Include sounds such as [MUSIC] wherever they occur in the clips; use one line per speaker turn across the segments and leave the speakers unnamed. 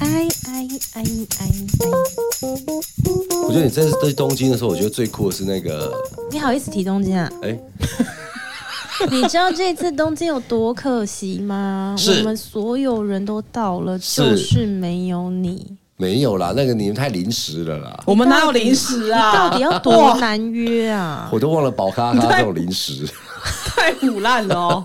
哎哎哎哎！
我觉得你这次在东京的时候，我觉得最酷的是那个，
你好意思提东京啊？
哎、
你知道这次东京有多可惜吗？
是
我们所有人都到了，
是
就是没有你。
没有啦，那个你们太临时了啦，
我们哪有零食啊？
到底要多难约啊？
我都忘了宝咖咖这种临时。
太腐烂了哦！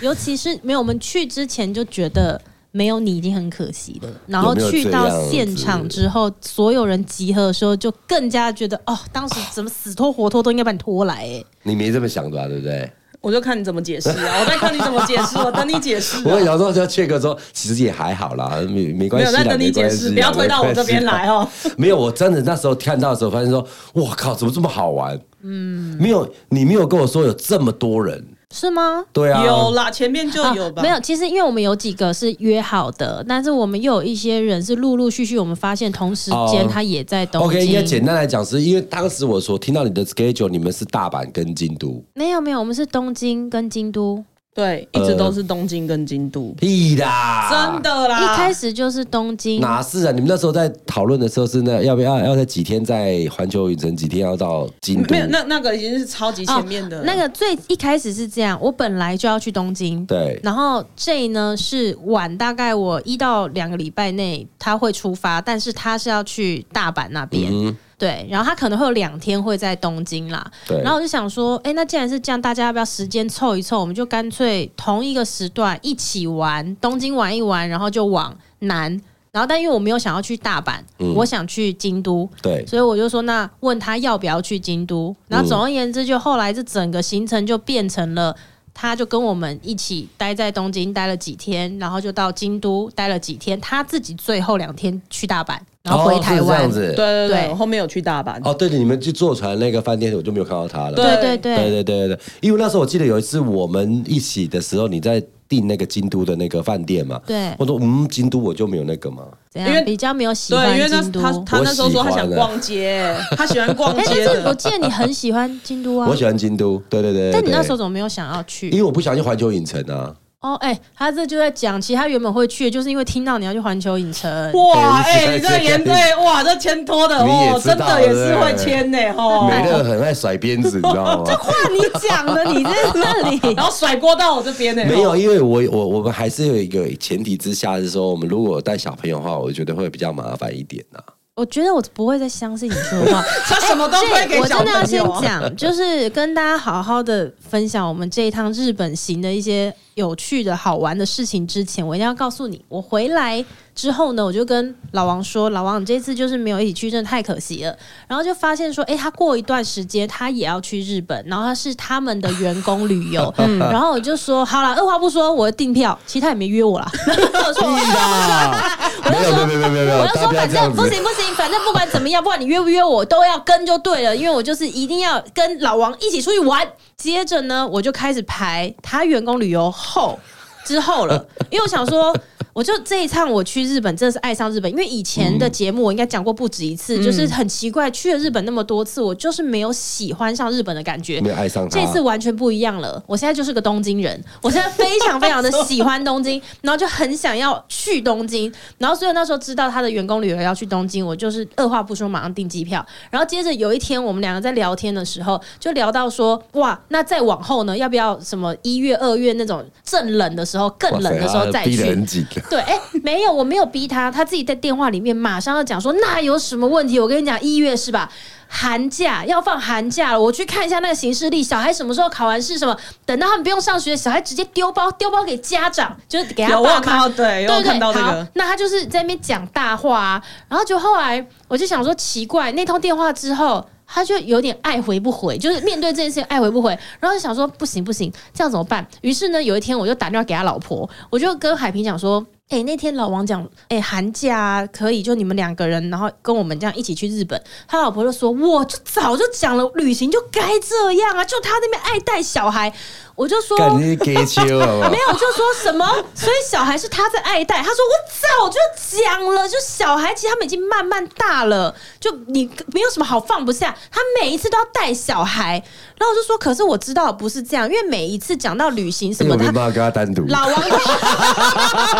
尤其是没有我们去之前就觉得没有你已经很可惜了，然后
有没有
去
这
到
样子
现场之后，所有人集合的时候，就更加觉得哦，当时怎么死拖活拖都应该把你拖来哎、
你没这么想的啊吧？对不对？
[LAUGHS] 我就看你怎么解释啊！我在看你怎么解释，我等你解释
我
啊、
有时候就切割说，其实也还好啦，没没
没
关
有
系
在
啦，
等你
没
解
关
释，
系
不要推到我这边。
没关系
来哦。
啦没有，我真的那时候看到的时候，发现说，我靠，怎么这么好玩？嗯，没有，你没有跟我说有这么多人，
是吗？
[LAUGHS] 对啊，
有啦，前面就有吧？
啊没有，其实因为我们有几个是约好的，但是我们又有一些人是陆陆续续，我们发现同时间
哦
他也在东京。
OK，应该简单来讲，是因为当时我所听到你的 schedule，你们是大阪跟京都，
没有没有，我们是东京跟京都，
对，一直都是东京跟京都，
屁啦，
真的啦。
一开始就是东京。
哪是啊？你们那时候在讨论的时候是那要不要要在几天在环球影城，几天要到京都？
没有，那那个已经是超级前面的、
哦、那个最一开始是这样，我本来就要去东京，
对
然后 J 呢是晚大概我一到两个礼拜内他会出发，但是他是要去大阪那边。
嗯
对，然后他可能会有两天会在东京啦。
对
然后我就想说，哎，那既然是这样，大家要不要时间凑一凑？我们就干脆同一个时段一起玩东京玩一玩，然后就往南。然后，但因为我没有想要去大阪，
嗯
我想去京都，
对
所以我就说，那问他要不要去京都。然后总而言之，就后来这整个行程就变成了，他就跟我们一起待在东京待了几天，然后就到京都待了几天，他自己最后两天去大阪，然后回台
哦、是这
湾。
样子。
对对对，
对
我后面有去大阪，
哦，对你们去坐船那个饭店，我就没有看到他了。
对
对对
对
对，
对对对对因为那时候我记得有一次我们一起的时候，你在订那个京都的那个饭店嘛。
对
我说嗯，京都我就没有那个嘛。
怎
因为
样比较没有喜
对，
欢
因为那
京都？
他他那时候说他想
[LAUGHS]
逛街，他喜欢逛
哎，但
街
是我
的。
记得你很喜欢京都啊
我，喜欢京都，对对对对对
但你那时候怎么没有想要
因
去？
为我不想去环球影城啊。
哦，哎，他这就在讲，其实他原本会去，就是因为听到你要去环球影城。
哇，
对
哎、你这个言对，哇，这签托的
你也
哦，
知
真
道
的也是
对
会签呢、哦。
美乐很爱甩鞭子，你知道吗？
话你讲的，你在那里
[LAUGHS] 然后甩锅到我这边
[LAUGHS]
呢、
没有，因为我我我们还是有一个前提之下是说，我们如果带小朋友的话，我觉得会比较麻烦一点
[LAUGHS]
啊。
我觉得我不会再相信你说的话。
他什么都推给
哎我
小
真
朋
的
友、
要先讲， [LAUGHS] 就是跟大家好好的分享我们这一趟日本行的一些有趣的好玩的事情之前，我一定要告诉你，我回来之后呢，我就跟老王说，老王，你这次就是没有一起去，真的太可惜了。然后就发现说，诶，哎他过一段时间他也要去日本，然后他是他们的员工旅游，然后我就说，好啦，二话不说，我订票，其实他也没约我啦。 [LAUGHS] 我说我 [LAUGHS]
没有没有没有没有没有
我，就说
大家不要
反
这样
正
子
不。行不行，反正不管怎么样，不管你约不约我都要跟就对了，因为我就是一定要跟老王一起出去玩。接着呢，我就开始排他员工旅游后之后
[LAUGHS]
了，因为我想说。我就这一趟我去日本，真的是爱上日本。因为以前的节目我应该讲过不止一次，就是
嗯
很奇怪，去了日本那么多次，我就是没有喜欢上日本的感觉。
没有爱上他
这次完全不一样了。我现在就是个东京人，我现在非常非常的喜欢东京，然后就很想要去东京。然后所以那时候知道他的员工旅游要去东京，我就是二话不说马上订机票。然后接着有一天我们两个在聊天的时候，就聊到说，哇，那再往后呢，要不要什么一月、二月那种正冷的时候、更
哇塞
冷的时候
他
再
逼得
去？
很紧。
对，哎、没有，我没有逼他，他自己在电话里面马上要讲说，那有什么问题？我跟你讲，一月是吧？寒假要放寒假了，我去看一下那个行事历，小孩什么时候考完试？什么？等到他们不用上学，小孩直接丢包，丢包给家长，就是给他
有我
爸
有看
妈
到，。对，有
对
我
对
看到
对，
这
好
个，，
那他就是在那边讲大话啊。然后就后来我就想说，奇怪，那通电话之后，他就有点爱回不回，就是面对这件事情爱回不回。然后就想说，不行不行，这样怎么办？于是呢，有一天我就打电话给他老婆，我就跟海平讲说。哎、那天老王讲，哎、寒假啊可以，就你们两个人，然后跟我们这样一起去日本。他老婆就说，我就早就讲了，旅行就该这样啊，就他那边爱带小孩，我就说
干你给球好不好
啊
啊
[LAUGHS] 没？有，我就说什么，所以小孩是他在爱戴。他说我早就讲了，就小孩其实他们已经慢慢大了，就你没有什么好放不下。他每一次都要带小孩，然后我就说，可是我知道不是这样，因为每一次讲到旅行什
因为我
么，
没
他
办法跟他单独。
老王都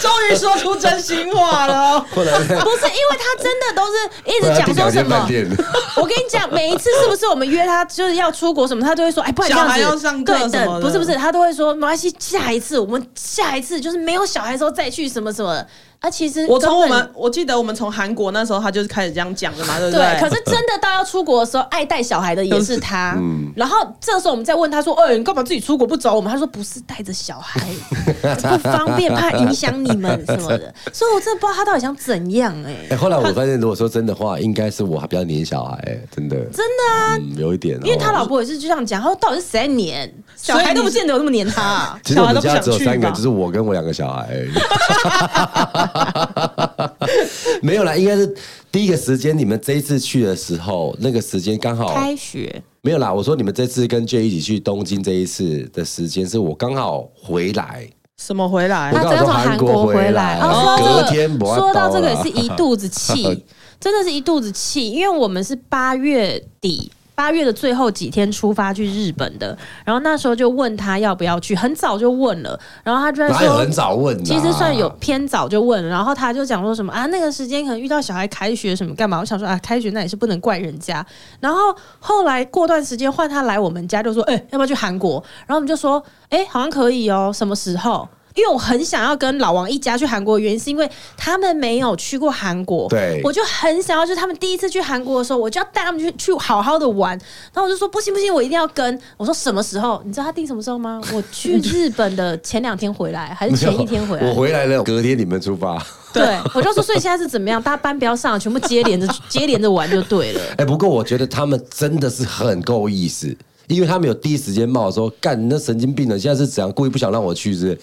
终于说出真心
[LAUGHS]
话了。
后来
不是，因为他真的都是一直
后来
讲
订
说
两
什
间饭
么。
店，
我跟你讲，每一次是不是我们约他就是要出国什么，他都会说，哎，不然这
小
样
孩
子，
要上课
对
什么
等
的
不是不是，他都会说没关系，下一次我们下一次就是没有小孩的时候再去什么什么的。啊，其实
我从
根
我
本
们，我记得我们从韩国那时候，他就是开始这样讲的嘛，对不
对，可是真的到要出国的时候，爱带小孩的也是嗯他。然后这时候我们再问他说：“哎、你干嘛自己出国不找我们？”他说：“不是带着小孩 [LAUGHS] 不方便，怕影响你们什么 [LAUGHS] 的。”所以，我真的不知道他到底想怎样哎、
[LAUGHS] 哎、后来我发现，如果说真的话，应该是我还比较黏小孩、哎真的，
真的啊，
嗯，有一点、
因为他
哦
老婆也是这样讲，他说到底是谁在黏小孩都不见得有那么黏他、啊。
其实我们
小
家
孩
只
都
有
不想
三
去
个，
吧
就是我跟我两个小孩而已。 [LAUGHS] 没有啦，应该是第一个时间，你们这一次去的时候，那个时间刚好
开学
没有啦。我说你们这次跟 J 一起去东京这一次的时间，是我刚好回来。
什么回来
我？
他
刚
真的
好从
从韩
韩国
国回
回
来，
来啊
然后说到
隔
这
天
个，
没
说到这个
办
也
法
是一肚子
[LAUGHS]
气，真的是一肚子气，因为我们是八月底。八月的最后几天出发去日本的，然后那时候就问他要不要去，很早就问了，然后他居然
哪有
说
很早问、啊？
其实算
[LAUGHS]
有偏早就问了，然后他就讲说什么啊，那个时间可能遇到小孩开学什么干嘛？我想说啊，开学那也是不能怪人家。然后后来过段时间换他来我们家，就说哎、要不要去韩国？然后我们就说哎、好像可以哦，什么时候？因为我很想要跟老王一家去韩国，原因是因为他们没有去过韩国，
对
我就很想要，就是他们第一次去韩国的时候，我就要带他们去去好好的玩。然后我就说不行不行，我一定要跟。我说什么时候？你知道他定什么时候吗？我去日本的前两天回来，还是前一天回
我
来？
回来了，隔天你们出发。
对，我就说，所以现在是怎么样？大家班不要上，全部接连着 [LAUGHS] 接连着玩就对了。
哎、不过我觉得他们真的是很够意思，因为他们有第一时间冒说，干你那神经病人现在是怎样故意不想让我去是不是？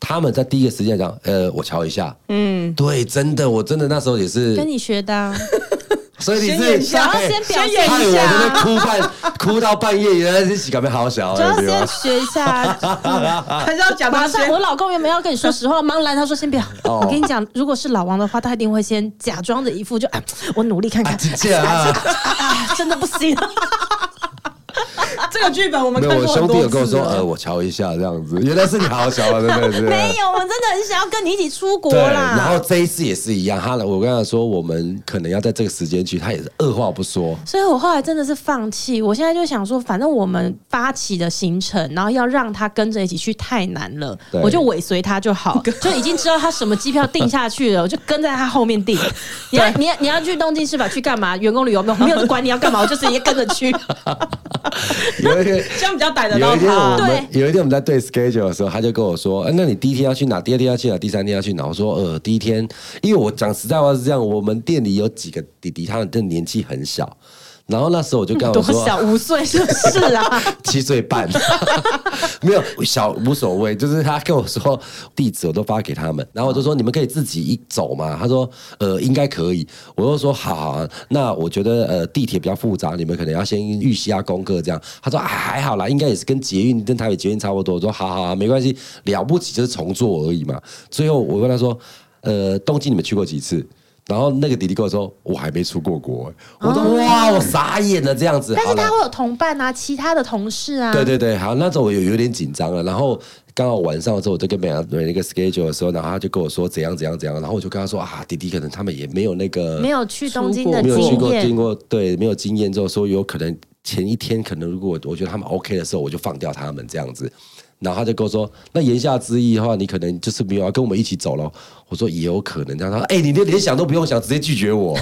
他们在第一个时间讲，呃，我瞧一下，嗯，对，真的，我真的那时候也是，
跟你学的
哎
啊、
所以你
先演
是
一下
我
哎
要先表
先演
害
现
我
一
在
下，
那边哭半 [LAUGHS] 哭到半夜，原来是洗感被好小，
我要
对吧
先？学一下。
还是要讲
马
到先
上， [LAUGHS] 我老公原本要跟你说实话，忙来他说先不要。
[LAUGHS] 哦
我跟你讲，如果是老王的话，他一定会先假装着一副就，哎， [LAUGHS] 我努力看看
啊，，这样啊。
[LAUGHS] 啊真的不行。
[LAUGHS]
这个剧本我们
没
看
有，我
过
兄
很
弟有跟
多
我
次
说，
了。
呃，我瞧一下这样子，原来是你好小啊，真的是。
[LAUGHS] 没有，我真的很想要跟你一起出国
对，
啦。
然后这一次也是一样，他我跟他说，我们可能要在这个时间去，他也是二话不说。
所以我后来真的是放弃。我现在就想说，反正我们发起的行程，然后要让他跟着一起去太难了，
对
我就尾随他就
[LAUGHS]
好， [LAUGHS] 就已经知道他什么机票定下去了，我就跟在他后面
[LAUGHS]
订。你要你要你要去东京是吧？去干嘛？员工旅游没有没有管你要干嘛，我就直接跟着
[LAUGHS]
去。
有一
[LAUGHS]
天，
这样比较逮得
有
到
一天我
他。
们有一天我们在对 schedule 的时候，他就跟我说：“哎、那你第一天要去哪？第二天要去哪？第三天要去哪？”我说：“呃，第一天，因为我讲实在话是这样，我们店里有几个弟弟，他们的年纪很小，然后那时候我就跟
[LAUGHS]
我
多
说，
小五岁是不
[LAUGHS]
是啊？
七岁半，没有小无所谓，就是他跟我说地址我都发给他们，然后我就说你们可以自己一走嘛，他说呃应该可以，我就说好好啊，那我觉得呃地铁比较复杂，你们可能要先预习一下功课这样，他说啊还好啦，应该也是跟捷运跟台北捷运差不多，我说好好好没关系，了不起就是重做而已嘛，最后我跟他说呃东京你们去过几次？然后那个弟弟跟我说，我还没出过国，我说、哇，我傻眼了这样子。
但
好
是
了
他会有同伴啊，其他的同事啊。
对对对，好，那时候我有有点紧张了，啊然后刚好晚上的时候，我就跟美阳蕊那个 schedule 的时候，然后他就跟我说怎样怎样怎样，然后我就跟他说啊，弟弟可能他们也没有那个
没有去东京的
没有去
经
过经
验，
过对没有经验之后，说有可能前一天可能如果我我觉得他们 OK 的时候，我就放掉他们这样子。然后他就跟我说：“那言下之意的话，你可能就是没有要跟我们一起走咯。我说：“也有可能。”这样他说：“哎、你连连想都不用想，直接拒绝我。”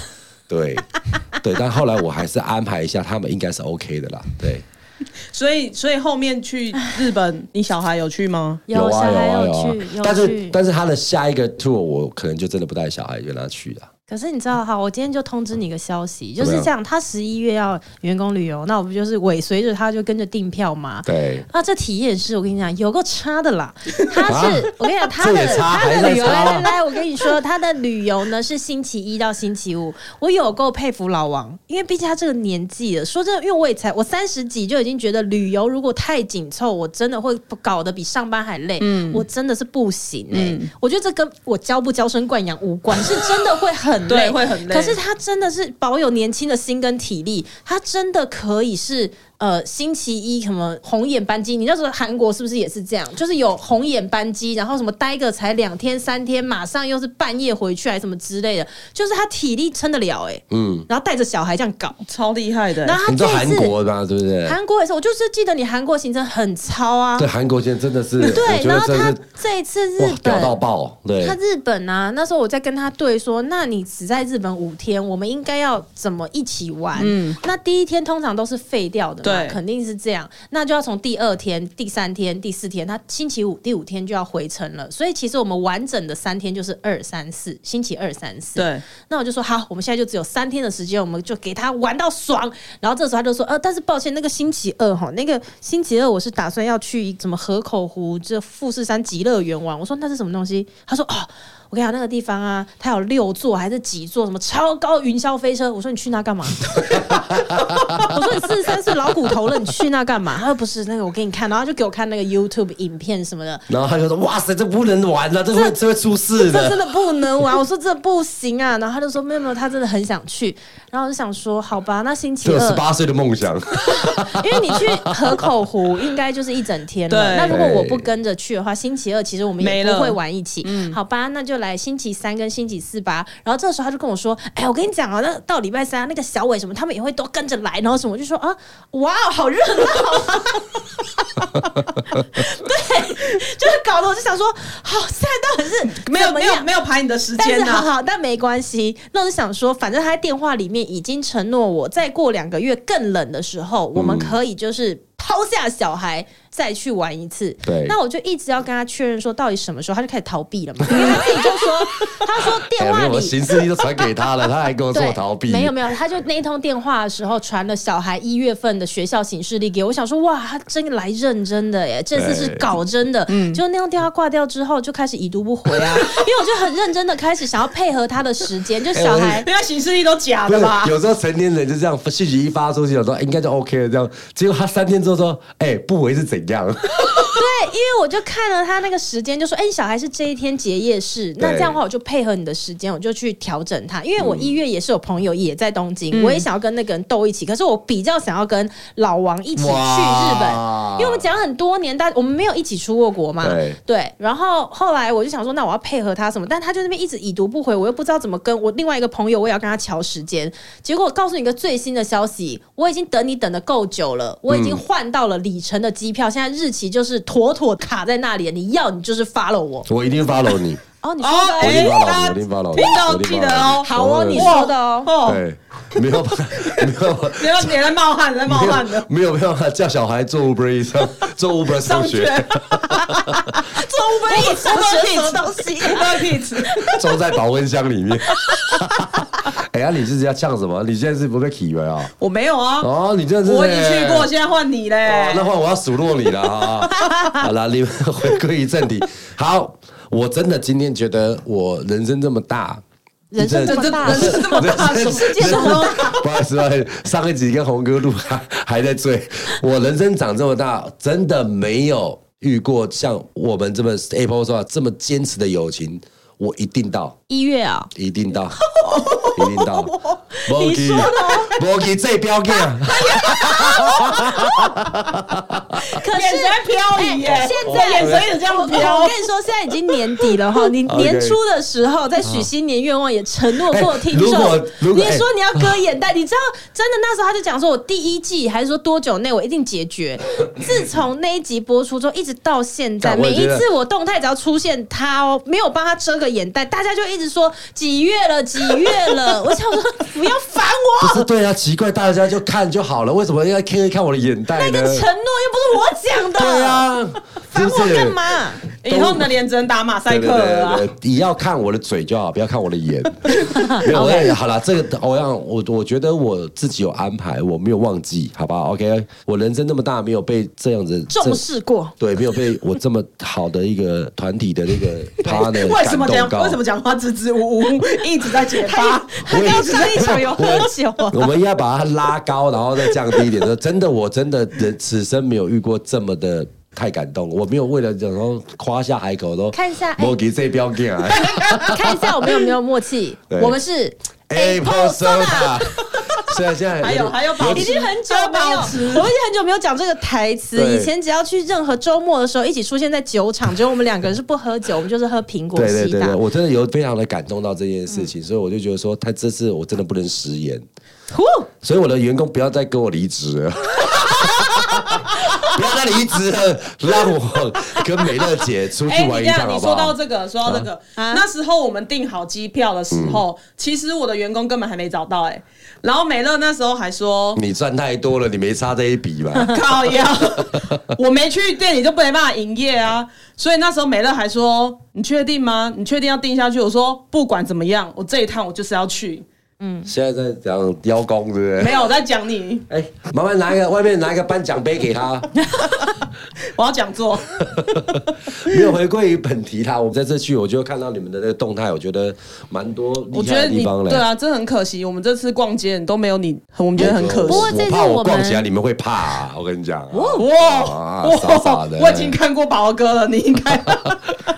对，对。但后来我还是安排一下，他们应该是 OK 的啦。对，
所以，所以后面去日
[LAUGHS]
本，你小孩有去吗？
有小
啊
孩
有啊
去，
但
有
是
去。
但是他的下一个 tour 我可能就真的不带小孩跟他去了。
可是你知道，哈，我今天就通知你一个消息，就
嗯怎么
是
样
这样，他十一月要员工旅游，那我不就是尾随着他就跟着订票吗？
对，
啊，这体验是我跟你讲，有够差的啦！他是、我
[LAUGHS]
跟你讲，他
啊这也
的
差
他
还
的
在
旅游，
差
来来来，我跟你说，他的旅游呢是星期一到星期五。我有够佩服老王，因为毕竟他这个年纪了。说真的，因为我也才我三十几就已经觉得旅游如果太紧凑，我真的会搞得比上班还累。
嗯
我真的是不行哎、我觉得这跟我娇不娇生惯养无关，是真的会很累，
对会很累
可是他真的是保有年轻的心跟体力，他真的可以是呃星期一什么红眼班机，你那时候韩国是不是也是这样？就是有红眼班机，然后什么待个才两天三天，马上又是半夜回去还是什么之类的，就是他体力撑得了哎、
嗯，
然后带着小孩这样搞，
超厉害的欸、
然后他
你知道
这
韩
一次
国吧，对不对？
韩国也是，我就是记得你韩国行程很超啊
对，，韩国现在真的是，我
对，
觉
然
得
后
真
他
的是
这一次日
哇，屌
本
到爆，对
他，日本啊，那时候我在跟他对说，那你只在日本五天，我们应该要怎么一起玩？嗯，那第一天通常都是废掉的嘛，
对
肯定是这样。那就要从第二天、第三天、第四天，他星期五、第五天就要回程了。所以其实我们完整的三天就是二三四，星期二三四。
对，
那我就说好，我们现在就只有三天的时间，我们就给他玩到爽。然后这时候他就说，呃，但是抱歉，那个星期二哈，那个星期二我是打算要去什么河口湖这富士山极乐园玩。我说那是什么东西？他说哦。我跟你讲，那个地方啊，它有六座还是几座什么超高云霄飞车？我说你去那干嘛？ [LAUGHS] 我说你四十三岁老骨头了，你去那干嘛？他说不是那个，我给你看，然后他就给我看那个 YouTube 影片什么的。
然后他就说：“哇塞，这不能玩了，这会这会出事
这
的。
真的不能玩。我说这不行啊，然后他就说没有没有，他真的很想去。然后我就想说，好吧，那星”期
这十
二，
八岁的梦
[LAUGHS]
想，哎
因为你去河口湖应该就是一整天了。
对
那如果我不跟着去的话，星期二其实我们也
没
不
了嗯
会玩一起。好吧，那就来星期三跟星期四吧。然后这时候他就跟我说，哎，我跟你讲啊，那到礼拜三那个小伟什么，他们也会都跟着来，然后什么，我就说啊，哇，好热闹啊。 [LAUGHS] 对，就是搞得我就想说，好，现在到底是
没有
怎么
没
样
有没有排你的时
但
间啊
是
啊
呐、
好好，但没关系。那我就想说，反正他在电话里面已经承诺我，再过两个月更冷的时候，
嗯
我们可以就是抛下小孩再去玩一次。
对
那我就一直要跟他确认说到底什么时候，他就开始逃避了嘛。因为他自己就
[LAUGHS]
说，他说
哎
电
呀没
话
有我
里
行事历都传给他了，他还跟
[LAUGHS]
我
对，
说我逃避。
没有没有，他就那一通电话的时候传了小孩一月份的学校行事历给我，我想说哇，他真来认真的耶，这次是搞真的。
嗯
就那通电话挂掉之后，就开始已读不回啊，因为我就很认真的开始想要配合他的时间，就小孩。
人家行事历都假
不
的
是
吧，？
有时候成年人就这样，信息一发出去，有时候哎应该就 OK 了这样。结果他三天之后说：“哎，不回是怎样 [LAUGHS]
对，因为我就看了他那个时间，就说，哎、你小孩是这一天结业式，那
对嗯
这样的话我就配合你的时间，我就去调整他。因为我一月也是有朋友也在东京，我也想要跟那个人斗一起，可是我比较想要跟老王一起去日本
哇，
因为我们讲很多年，但我们没有一起出过国嘛。
对
然后后来我就想说，那我要配合他什么？但他就那边一直已读不回，我又不知道怎么跟我另外一个朋友，我也要跟他瞧时间。结果我告诉你一个最新的消息，我已经等你等的够久了，我已经换到了里程的机票，现在日期就是妥妥卡在那里，你要你就是 follow 我？”。
我一定 follow 你，
哦，你说
哦
的、，
我一
哎
定 follow 你，我一
大
定 follow 你。
听到
我一定
记得
follow
哦
好哦，你
哇
说的哦。
哦，
对，没有没有。
你要你在冒汗，你在冒
没有
汗的，
没有办法叫小孩做 Uber Eats，做 [LAUGHS] Uber 上
上学
学，
中文也上学什么东西、 [LAUGHS] 啊？
都 kids，
装在保温箱里面。 [LAUGHS] 哎呀，你是要呛什么？你现在是不被起源啊？
我没有啊，
哦，你真的是
我已经去过，现哎在换你
哦
嘞，
那换我要数落你了
[LAUGHS]
啊！好了，你们回归于正题。好，我真的今天觉得我人生这么大，
人生这么大
人生这
[LAUGHS]
么大，什么世界
这么
么
不好意思，不好意思上一集跟红哥录还还在醉。我人生长这么大，真的没有遇过像我们这么 Apple 说这么坚持的友情，我一定到，
一月啊、
一定到，一定到。
你说的
摩基这标杆，
可是
眼神在飘移耶
哎现在
眼神也这样飘
我跟你说，现在已经年底了 [LAUGHS] 哈，你
OK
年初的时候在许新年愿望也承诺过
哎
听
如
众
果，如
你
果哎
说你要割眼袋，你知道真的那时候他就讲说，我第一季还是说多久内我一定解决。自从那一集播出之后，一直到现在，
干
[LAUGHS]
我
每
也
一
觉得
次我动态只要出现他哦，没有帮他遮个眼袋，大家就一直说几月了，几月 [LAUGHS] 了。我想说不要烦 [LAUGHS]
不
我，
是对啊，奇怪，大家就看就好了，为什么要看看我的眼袋
那
呢
个？承诺又不是我讲的，
对啊，
烦
是不
我
是
干嘛？
以后你的脸只能打马赛
对
克
对对
了啊
对，对你要看我的嘴就好，不要看我的眼。没有，我跟你讲好了，这个我让我我觉得我自己有安排，我没有忘记，好不好？OK，我人生那么大，没有被这样子
重视过。
对，没有被我这么好的一个团体的那个 partner
为什么
感
讲
动到
为什么讲话支支吾吾，一直在结
[LAUGHS]
巴？
他刚刚上一场有喝酒啊，
我们要把它拉高，然后再降低一点。说真的，我真的人此生没有遇过这么的太感动，我没有为了然后夸下海口都
看一下哎
我给这标给啊
[LAUGHS] 看一下我们有没有默契。
对
我们是
，Apple Soda。虽 [LAUGHS] 然现在
还有还有保
已经很久没有，
保
我
持
们已经很久没有讲这个台词。
对
以前只要去任何周末的时候，一起出现在酒厂，只有我们两个人是不喝酒，我们就是喝苹果
对对
西
对
打
对，。我真的有非常的感动到这件事
嗯
情，所以我就觉得说，他这次我真的不能食言，
呼，
所以我的员工不要再跟我离职了。 [LAUGHS] 不要再离职了，让我跟美乐姐出
哎、
去
你
玩一
这样，
趟
你
好不
说到
好？
这个，说到这个，
啊
那时候我们订好机票的时候，
嗯
其实我的员工根本还没找到哎、然后美乐那时候还说
你赚太多了，你没差这一笔吧？
[LAUGHS] 靠腰，我没去店里就没办法营业啊，所以那时候美乐还说你确定吗？你确定要订下去？我说不管怎么样，我这一趟我就是要 [LAUGHS] 去，
现在在讲邀功，对不
嗯没
对？
有我在讲你，
哎、麻烦拿一个外面拿一个颁奖杯给他，
我要讲座，
[LAUGHS] 没有回归于本题啦。我们在这去，我就看到你们的那个动态，我觉得蛮多
我
厉
觉
害
得
的
[LAUGHS] 你
地方嘞。
对啊，真的很可惜，我们这次逛街都没有你，很我们觉得很可
不
惜
过。这次
我怕
我们
我逛起来你们会怕、啊，我跟你讲、啊。
[LAUGHS] 哇
啊傻傻的
我已经看过宝哥了，你应
[LAUGHS]
该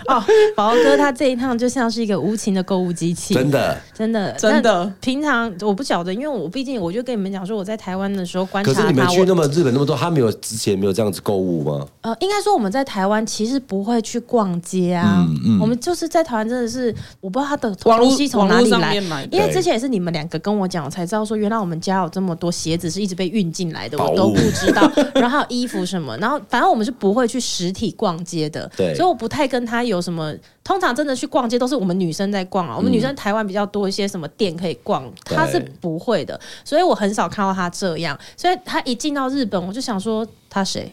哦，宝哥他这一趟就像是一个无情的购物机器，
真的。
真的
真的。
那平常我不晓得，因为我毕竟我就跟你们讲说我在台湾的时候观
可是
察
你们
他，
去
我
那么日本那么多，他没有之前没有这样子购物
[LAUGHS]
吗？
呃，应该说我们在台湾其实不会去逛街啊，
嗯
我们就是在台湾真的是我不知道他的
网络
东西从哪里
网络上
来
面买，的
因为之前也是你们两个跟我讲，我才知道说原来我们家有这么多鞋子是一直被运进来的，
宝
我
物
都不知道。然后还有衣服什么，然后反正我们是不会去实体逛街的，
对
所以我不太跟他有什么。通常真的去逛街都是我们女生在逛
嗯
啊，我们女生台湾比较多一些什么店可以逛，他是
对
不会的，所以我很少看到他这样。所以他一进到日本，我就想说他
[LAUGHS]
谁？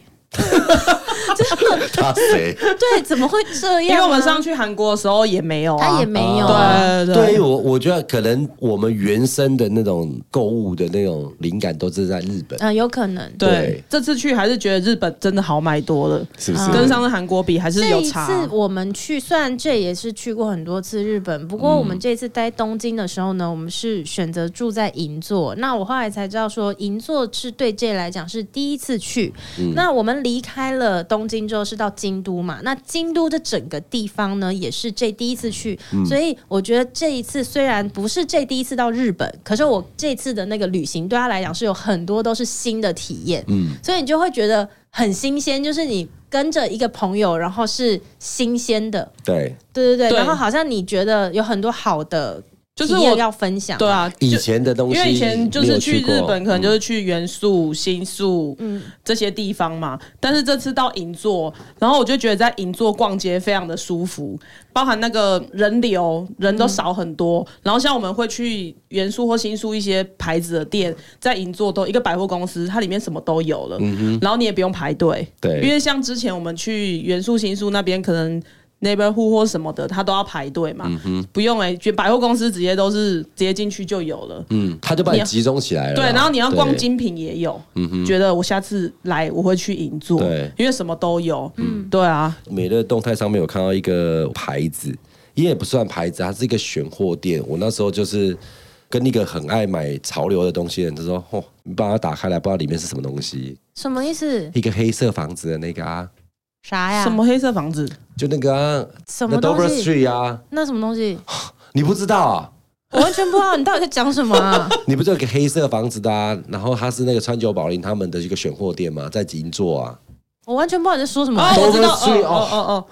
他谁？
对，怎么会这样、
因为我们上，去韩国的时候也没有、啊，
他也没有、啊。
呃对对
对于我，我觉得可能我们原生的那种购物的那种灵感都是在日本，
嗯、有可能。
对
对
这次去还是觉得日本真的好买多了，
是不是？
啊跟上次韩国比还是
嗯这
有
一
差。
次我们去，虽然这也是去过很多次日本，不过我
嗯
们这次待东京的时候呢，我们是选择住在银座。那我后来才知道说，银座是对这来讲是第一次去。
嗯
那我们离开了东京之后是到京都嘛？那京都这整个地方呢，也是这第一次去，
嗯
所以我觉得这一次虽然不是这第一次到日本，可是我这次的那个旅行对他来讲是有很多都是新的体验。
嗯
所以你就会觉得很新鲜，就是你跟着一个朋友，然后是新鲜的，
对，
对对对，
对
然后好像你觉得有很多好的
就是
体验
我
要分享，
对啊，就
以前的东西，
因为以前就是去日本，
嗯
可能就是是去元素、新宿、这些地方嘛。但是这次到银座，然后我就觉得在银座逛街非常的舒服，包含那个人流人都少很多。然后像我们会去元素或新宿一些牌子的店，在银座都一个百货公司，它里面什么都有了，然后你也不用排队。
嗯对
因为像之前我们去元素新宿那边，可能。neighborhood 或什么的，它都要排队
嗯
嘛，不用哎、欸，百货公司直接都是直接进去就有了。
嗯，他就把你集中起来了啦。
对，然后你要逛
对啊嗯
精品也有，觉得我下次来我会去银座
对，
因为什么都有，嗯，对啊，
美乐动态上面有看到一个牌子，也不算牌子，它是一个选货店。我那时候就是跟一个很爱买潮流的东西的人，他说：“哦，你把它打开来，不知道里面是什么东西。
什么意思”？
一个黑色房子的那个啊，
啥呀？
什么黑色房子，
就那个啊，
什
那
么
Dover
东西？
Street 啊，
那什么东西？
你不知道啊？
[LAUGHS] 我完全不知道你到底在讲什么啊！
你不是有个黑色房子的啊？然后它是那个川久保玲他们的一个选货店嘛，在银座啊。
[LAUGHS] 我完全不知道你在说什么。
哦，我知道，哦
嗯 Street，
哦哦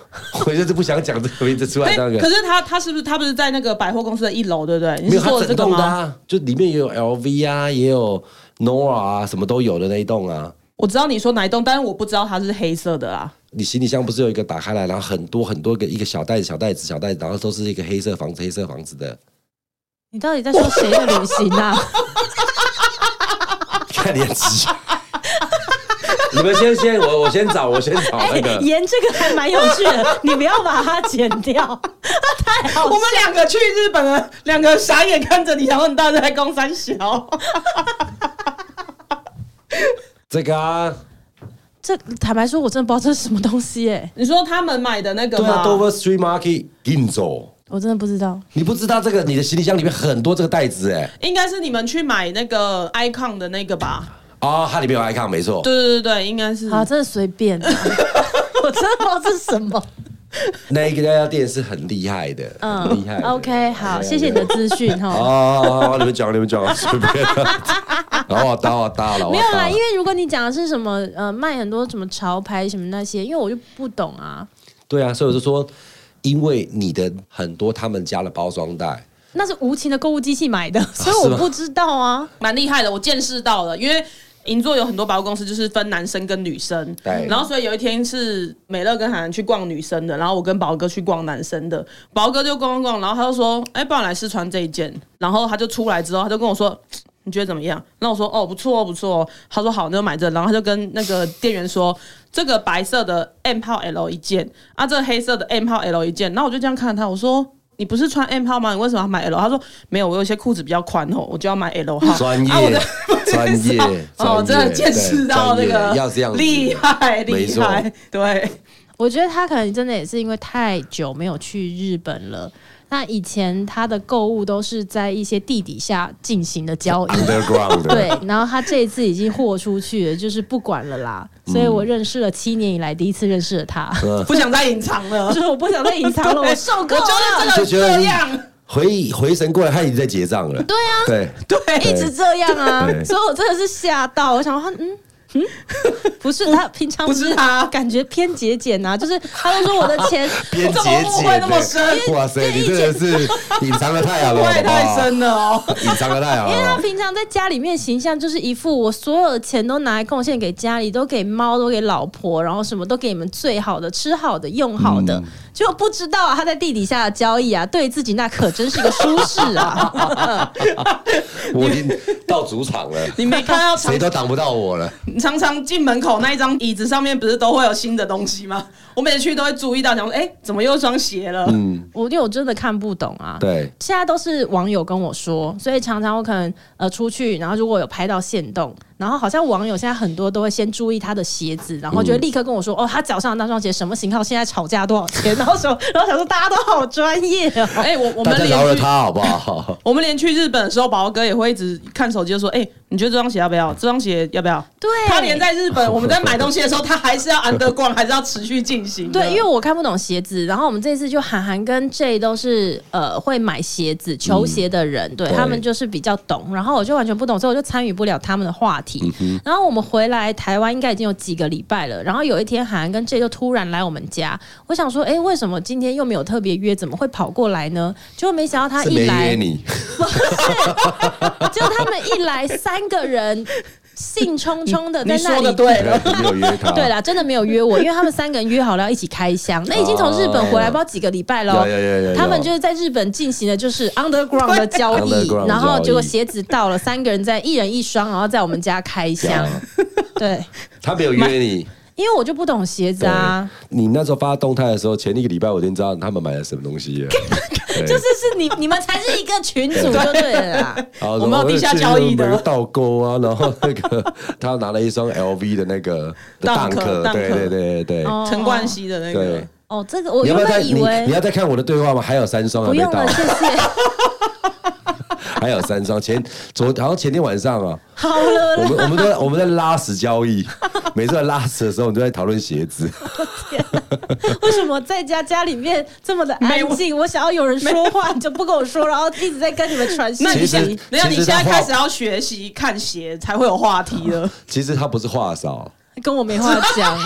我就是不想讲这个名字出
哦， [LAUGHS]
来
哎，
那个
可。是他他是不是他不是在那个百货公司的一楼，对不对？
没
你是
有，它
说的这
整
个
栋的、
吗？
啊，就里面也有 LV 啊，也有 Nora 啊，什么都有的那一栋啊。
我知道你说哪一栋，但是我不知道它是黑色的啊。
你行李箱不是有一个打开来，然后很多很多个一个小袋子、小袋子、小袋子，然后都是一个黑色房子、黑色房子的。
你到底在说谁的 [LAUGHS] 旅行啊？
看你的急， [LAUGHS] 你们先先，我我先找，我先找那个。
盐哎这个还蛮有趣 [LAUGHS] 的，你不要把它剪掉，太
哦
好
我
笑
们两个去日本了，两个傻眼看着你，然后你到底在攻三小？
这个啊，
这坦白说，我真的不知道这是什么东西哎、
[LAUGHS] 你说他们买的那个
对
吗？
啊，Dover Street Market 印走，
我真的不知道。
你不知道这个，你的行李箱里面很多这个袋子哎、
应该是你们去买那个 icon 的那个吧？
哦，它里面有 icon 没错。
对对对对，应该是。
好，真的随便、 [LAUGHS] 啊，我真的不知道这是什么。
那一个那家店是很厉害的，很厉害的。
嗯 OK，好，谢谢你的资讯
[LAUGHS]
哈。
哦，你们讲，你们讲，随便。 [LAUGHS] 然后我搭，我搭了，我
没有啦，
搭
因。为如果你讲的是什么呃卖很多什么潮牌什么那些，因为我就不懂啊。
对啊，所以我就说，因为你的很多他们家的包装袋，
那是无情的购物机器买
[LAUGHS]
的，所以
哦是吗
我不知道啊。
蛮厉害的，我见识到了，因为。银座有很多百货公司，就是分男生跟女生。
对
然后所以有一天是美乐跟韩寒去逛女生的，然后我跟宝哥去逛男生的。宝哥就逛逛逛，然后他就说：“哎、不然来试穿这一件。”然后他就出来之后，他就跟我说：“你觉得怎么样？”那我说：“哦，不错哦，不错哦。”他说：“好，那就买这。”然后他就跟那个店员说：“这个白色的 M 号 L 一件，啊，这个黑色的 M 号 L 一件。”然后我就这样看他，我说。你不是穿 M 号吗？你为什么要买 L？他说没有，我有一些裤子比较宽哦，我就要买 L 号。
专业
啊我的
专业
哦，
专业
真的见识到那
对专
个
业要这样子
厉
没
害厉
错
害，对，
我觉得他可能真的也是因为太久没有去日本了。那以前他的购物都是在一些地底下进行的交
[LAUGHS]
易，
underground 的
对，然后他这一次已经豁出去了，就是不管了啦。
嗯
所以我认识了七年以来第一次认识了
[LAUGHS]
他，
不想再隐藏了，
就是我不想再隐藏了，
对
我受够
我
了，
就
就是这
觉
个
得
这样，
回忆回神过来，他已经在结账了。对啊，对，
一直这样啊，
对
所以我真的是吓到，我想说，嗯。嗯，不是他平常
不是他
感觉偏节俭啊，就是他就说我的钱
边
怎
节
么误会那么深
俭的哇塞，你真的是隐藏的太好了，
我
好
也
不好
太深了哦。
隐藏的太好
因为他
了。
平常在家里面形象就是一副我所有的钱都拿来贡献给家里，都给猫，都给老婆，然后什么都给你们最好的、吃好的、用好的，结果不知道、啊、他在地底下的交易啊，对自己那可真是个舒适啊！
我已经到主场了，
你没看到常
谁都挡不到我了。
常常进门口那一张椅子上面不是都会有新的东西吗？我每次去都会注意到，想说，哎、怎么又一双鞋了？
嗯
我因为我真的看不懂啊，
对，
现在都是网友跟我说，所以常常我可能呃出去，然后如果有拍到线动，然后好像网友现在很多都会先注意他的鞋子，然后就会立刻跟我说，哦，他脚上的那双鞋什么型号，现在吵架多少钱，然后什么，然后想说大家都好专业哦。
哎、我我
大
们
家
连
饶了
去
他好不好？
我们连去日本的时候，宝哥也会一直看手机，就说：“哎、你觉得这双鞋要不要？这双鞋要不要？”
对
他连在日本，我们在买东西的时候，他还是要 underground，还是要持续进行的。
对，因为我看不懂鞋子，然后我们这次就韩寒跟 J 都是呃会买鞋子、球鞋的人，对
对
他们就是比较懂，然后我就完全不懂，所以我就参与不了他们的话题。然后我们回来台湾应该已经有几个礼拜了，然后有一天韩寒跟 J 就突然来我们家，我想说，哎，为什么今天又没有特别约，怎么会跑过来呢？结果没想到他
是
一
没约
来，
你，
结果他们一来三个人兴冲冲 [LAUGHS] 的
你
在那
说
里
的对了。
[LAUGHS] 没有约他。
对啦，真的没有约我，因为他们三个人约好了要一起开箱，那已经从日本回来不知道几个礼拜喽
哦有有有有有。
他们就是在日本进行的就是 underground 的交易
underground，
然后
交易
结果鞋子到了，三个人在一人一双，然后在我们家开箱。 [LAUGHS] 对，
他没有约你。
因为我就不懂鞋子啊，
你那时候发动态的时候，前一个礼拜我已经知道他们买了什么东
[LAUGHS]
西了。对
就是是你你们才是一个群主就对了
[LAUGHS]
啦。
然后
我们有地下交易的
我有去倒钩啊，然后那个他拿了一双 LV 的那个的
Dunk，Dunk
对对对对
哦
陈冠希的那个
对。。
哦，这个我
你要
原
不要再
本
你
以
你
为
要再看我的对话吗？还有三双还
不
没
用
到啊
了，，谢谢，
还有三双。前昨好像前天晚上
[LAUGHS]
啊，
[LAUGHS] 好了
我
啦。
们我们都在我们在拉屎交易，每次在拉屎的时候，我们都在讨论鞋子。
为什么在家家里面这么的
没
安
我
静？我想要有人说话，你就不跟我说，然后一直在跟你们传讯
那你
其实
现，等一下
其
你
实
现在
他
开始要学习看鞋，才会有话题了。
其实他不是话少，
跟我没话 [LAUGHS] 讲，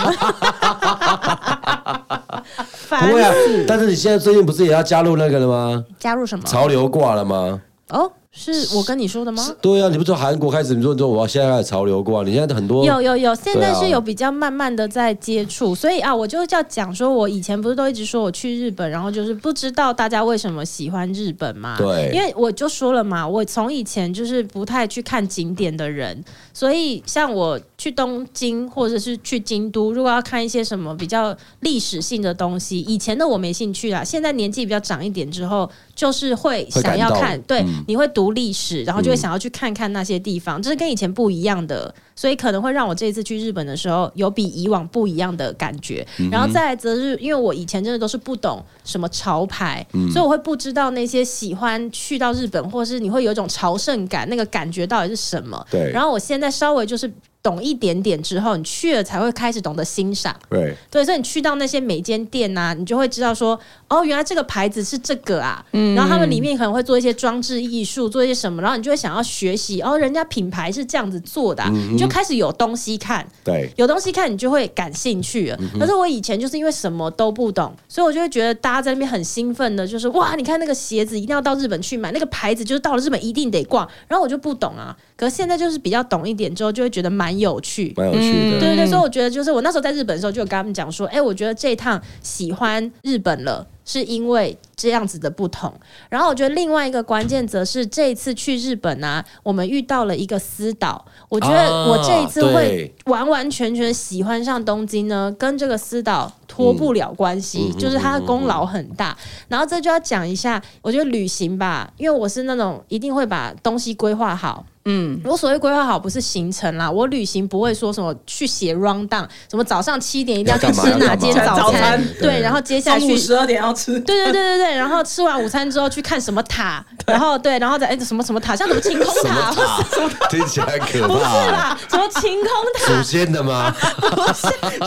不
烦
会啊
死！
但是你现在最近不是也要加入那个了吗？
加入什么？
潮流挂了吗？
哦，是我跟你说的吗？
对啊，你不说韩国开始，你说你说我要现在开始潮流过啊，你现在很多
有有有，现在
对啊
是有比较慢慢的在接触，所以啊，我就要讲说，我以前不是都一直说我去日本，然后就是不知道大家为什么喜欢日本嘛？
对
因为我就说了嘛，我从以前就是不太去看景点的人，所以像我去东京或者是去京都，如果要看一些什么比较历史性的东西，以前的我没兴趣啦，现在年纪比较长一点之后，就是会
会
想
感
要
动
看，对，
嗯
你会读历史，然后就会想要去看看那些地方，这是跟以前不一样的，所以可能会让我这一次去日本的时候有比以往不一样的感觉。然后再来则是因为我以前真的都是不懂什么潮牌，所以我会不知道那些喜欢去到日本，或是你会有一种朝圣感，那个感觉到底是什么。
对
然后我现在稍微就是懂一点点之后，你去了才会开始懂得欣赏。
对
对，所以你去到那些每间店呐、你就会知道说，哦，原来这个牌子是这个啊。然后他们里面可能会做一些装置艺术，做一些什么，然后你就会想要学习，哦，人家品牌是这样子做的啊、你就开始有东西看。
对，
有东西看，你就会感兴趣了。可是我以前就是因为什么都不懂，所以我就会觉得大家在那边很兴奋的，就是哇，你看那个鞋子一定要到日本去买，那个牌子就是到了日本一定得逛。然后我就不懂啊，可是现在就是比较懂一点之后，就会觉得蛮有趣。
蛮有趣的。
对对对，所以我觉得就是我那时候在日本的时候，就有跟他们讲说，哎、我觉得这一趟喜欢日本了，是因为这样子的不同。然后我觉得另外一个关键则是这一次去日本啊，我们遇到了一个私岛，我觉得我这一次会
啊对
完完全全喜欢上东京呢，跟这个私岛脱不了关
嗯
系，就是它的功劳很大。然后这就要讲一下，我觉得旅行吧，因为我是那种一定会把东西规划好。嗯，我所谓规划好不是行程啦，我旅行不会说什么去写 round down，什么早上七点一定要去
要干嘛
吃哪间
要干
嘛
早
早餐
对，然后 [LAUGHS] 接下来
中午
去
十二点
[LAUGHS]
要吃，
对对对对对，然后吃完午餐之后去看什么塔，
[LAUGHS]
然后对，然后再哎什么什么塔，像什么晴空
什
塔，
么
不
塔？听起来可
是
怕。
啦， [LAUGHS] 什么晴空
祖 [LAUGHS]
塔。
先的吗？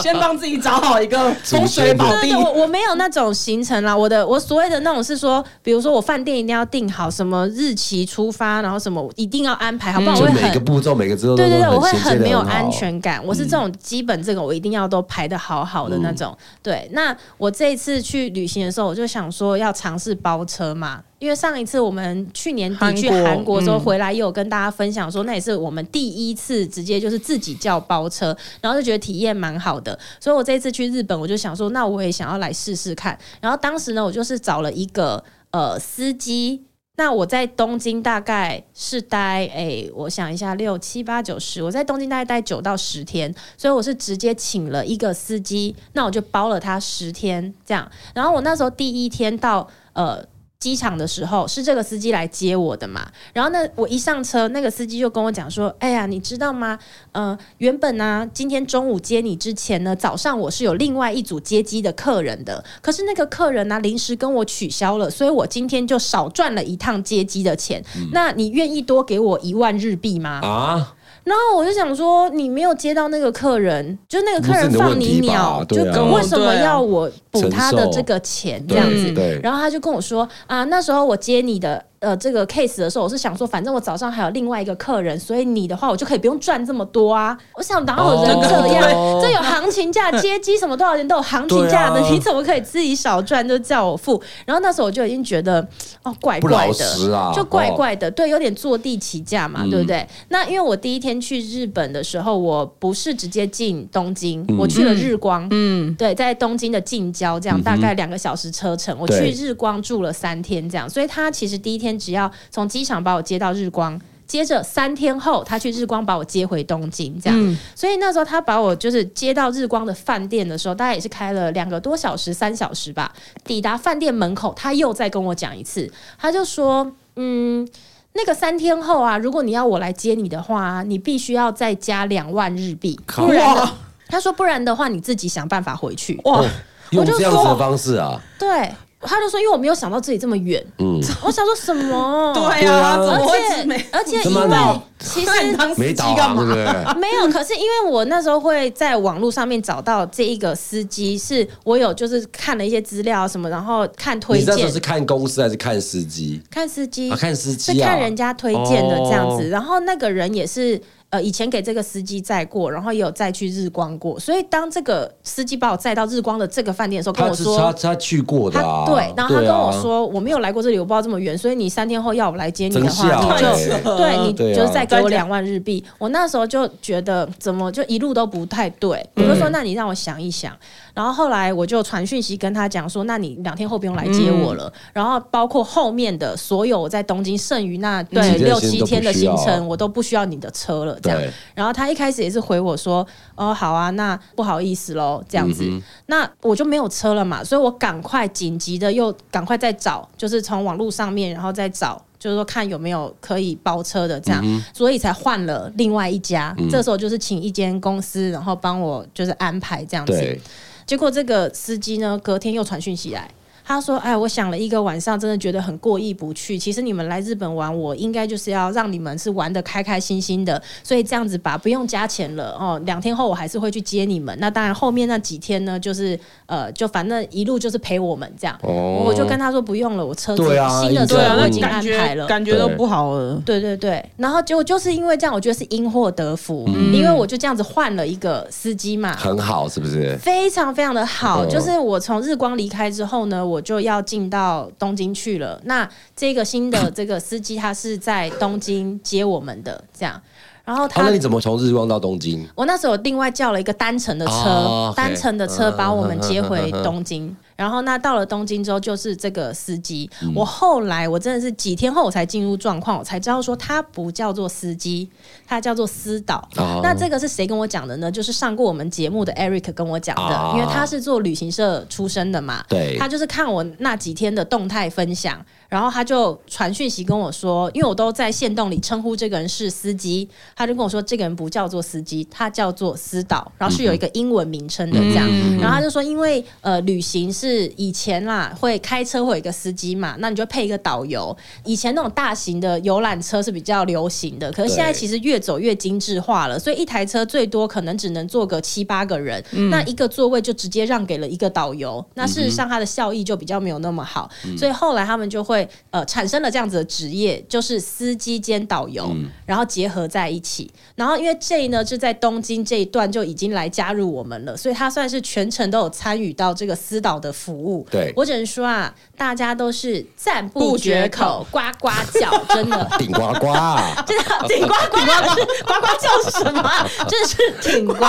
先帮自己找好一个风水宝
对
地
对对，。我我没有那种行程啦。我的我所谓的那种是说，比如说我饭店一定要订好什么日期出发，然后什么一定要安排好，不啊然我
嗯就
会
每
很
个步骤每个之后都
对对对，
都
我会
衔接
很
得
没有
好嗯
安。全感。我是这种基本这个我一定要都排的好好的那种。对，那我这一次去旅行的时候，我就想说要尝试包车嘛。因为上一次我们去年底
韩
去
国
韩国的时候
嗯
回来，也有跟大家分享说，那也是我们第一次直接就是自己叫包车，然后就觉得体验蛮好的。所以我这一次去日本，我就想说，那我也想要来试试看。然后当时呢，我就是找了一个呃司机，那我在东京大概是待诶、我想一下，六七八九十，我在东京大概待九到十天，所以我是直接请了一个司机，那我就包了他十天这样。然后我那时候第一天到呃。机场的时候是这个司机来接我的嘛，然后呢，我一上车，那个司机就跟我讲说：“哎呀，你知道吗？呃，原本呢、今天中午接你之前呢，早上我是有另外一组接机的客人的，可是那个客人呢、啊临时跟我取消了，所以我今天就少赚了一趟接机的钱。那你愿意多给我一万日币吗？
啊，
然后我就想说，你没有接到那个客人，就那个客人放你鸟，
不是你的问题吧对啊
就为什么要我补他的这个钱这
对
样子？
对，
然后他就跟我说啊，那时候我接你的呃这个 case 的时候，我是想说，反正我早上还有另外一个客人，所以你的话我就可以不用赚这么多啊。我想哪有人这样？
哦
这有行情价，接机什么多少钱都有行情价的，
对啊
你怎么可以自己少赚就叫我付？然后那时候我就已经觉得哦怪
不
怪
老实
的，
啊
就怪怪的，对，有点坐地起价嘛，
嗯
对不对？那因为我第一天去日本的时候，我不是直接进东京，我去了日光，
嗯，
对，在东京的近郊这样，大概两个小时车程。我去
嗯对
日光住了三天这样，所以他其实第一天只要从机场把我接到日光。接着三天后，他去日光把我接回东京，这样。
嗯
所以那时候他把我就是接到日光的饭店的时候，大概也是开了两个多小时、三小时吧。抵达饭店门口，他又再跟我讲一次，他就说：“嗯，那个三天后啊，如果你要我来接你的话、啊，你必须要再加两万日币。”
靠
[LAUGHS] 哇
他说：“不然的话，你自己想办法回去。
哇，
哦用这样子
我就
的
说
方式啊，”
对，他就说：“因为我没有想到自己这么远。”嗯， [LAUGHS] 我想说什么？
对
对
啊，
啊
怎么会
而
是没
且？而且因
怎么
为
了
[LAUGHS]
其实
那你当司
没
机
导
干
航对不
嘛？
对？
[LAUGHS] 没有，可是因为我那时候会在网络上面找到这一个司机，是我有就是看了一些资料啊什么，然后看推
你那时候
荐
是，看公司还是看司机？
看司机
啊，看司机啊
是看人家推荐的这样子。
哦
然后那个人也是呃以前给这个司机载过，然后也有载去日光过，所以当这个司机把我载到日光的这个饭店的时候，跟
他
我
是
说
他他去过的啊，
他对，然后他
对
跟我
啊，
说、我没有来过这里，我不知道这么远，所以你三天后要我来接你的
真
话，
笑
你
欸
就
太扯了
对你
对啊
就是再给我
再加
两万日币。我那时候就觉得怎么就一路都不太对，我就说那你让我想一想。然后后来我就传讯息跟他讲说，那你两天后不用来接我了。
嗯
然后包括后面的所有我在东京剩余那
几
对
天
六
行
七
都不
天的
需
行
要
程，我都不需要你的车了，这样。
对
然后他一开始也是回我说：“哦，好啊，那不好意思喽，这样子。那我就没有车了嘛，所以我赶快紧急的又赶快再找，就是从网络上面，然后再找，就是说看有没有可以包车的这样，所以才换了另外一家。这时候就是请一间公司，然后帮我就是安排这样子。
对，
结果这个司机呢，隔天又传讯息来。他说：“哎，我想了一个晚上，真的觉得很过意不去。其实你们来日本玩，我应该就是要让你们是玩的开开心心的，所以这样子吧，不用加钱了哦。两天后我还是会去接你们。那当然，后面那几天呢，就是呃，就反正一路就是陪我们这样。
哦
我就跟他说不用了，我车子
对啊
新的车
对啊，
我
那
已经
感
安排了
觉。感觉都不好了。
对对对，然后结果就是因为这样，我觉得是因祸得福，
嗯
因为我就这样子换了一个司机嘛，
很好，是不是？
非常非常的好，
嗯
就是我从日光离开之后呢，我就要进到东京去了。那这个新的这个司机他是在东京接我们的，这样。然后
啊，
他，
那你怎么从日光到东京？
我那时候另外叫了一个单程的车，
哦，OK
单程的车把我们接回
嗯嗯嗯嗯嗯
东京。然后那到了东京之后，就是这个司机。
嗯
我后来我真的是几天后我才进入状况，我才知道说他不叫做司机，他叫做司导。
哦
那这个是谁跟我讲的呢？就是上过我们节目的 Eric 跟我讲的，
啊
因为他是做旅行社出身的嘛。
对
他就是看我那几天的动态分享，然后他就传讯息跟我说，因为我都在线动里称呼这个人是司机，他就跟我说这个人不叫做司机，他叫做司导，然后是有一个英文名称的这样。
嗯
然后他就说，因为呃，旅行是以前啦，会开车会有一个司机嘛，那你就配一个导游。以前那种大型的游览车是比较流行的，可是现在
对
其实越走越精致化了，所以一台车最多可能只能坐个七八个人，那一个座位就直接让给了一个导游，那事实上它的效益就比较没有那么好，所以后来他们就会呃产生了这样子的职业，就是司机兼导游，然后结合在一起。然后因为 J 呢是在东京这一段就已经来加入我们了，所以他算是全程都有参与到这个司导的服务。
对
我只能说啊，大家都是赞不
不绝
绝口，呱呱叫，真的。
顶呱呱啊
真的挺呱 [LAUGHS] 呱呱呱呱叫什么、啊？真的是 [LAUGHS] 挺呱呱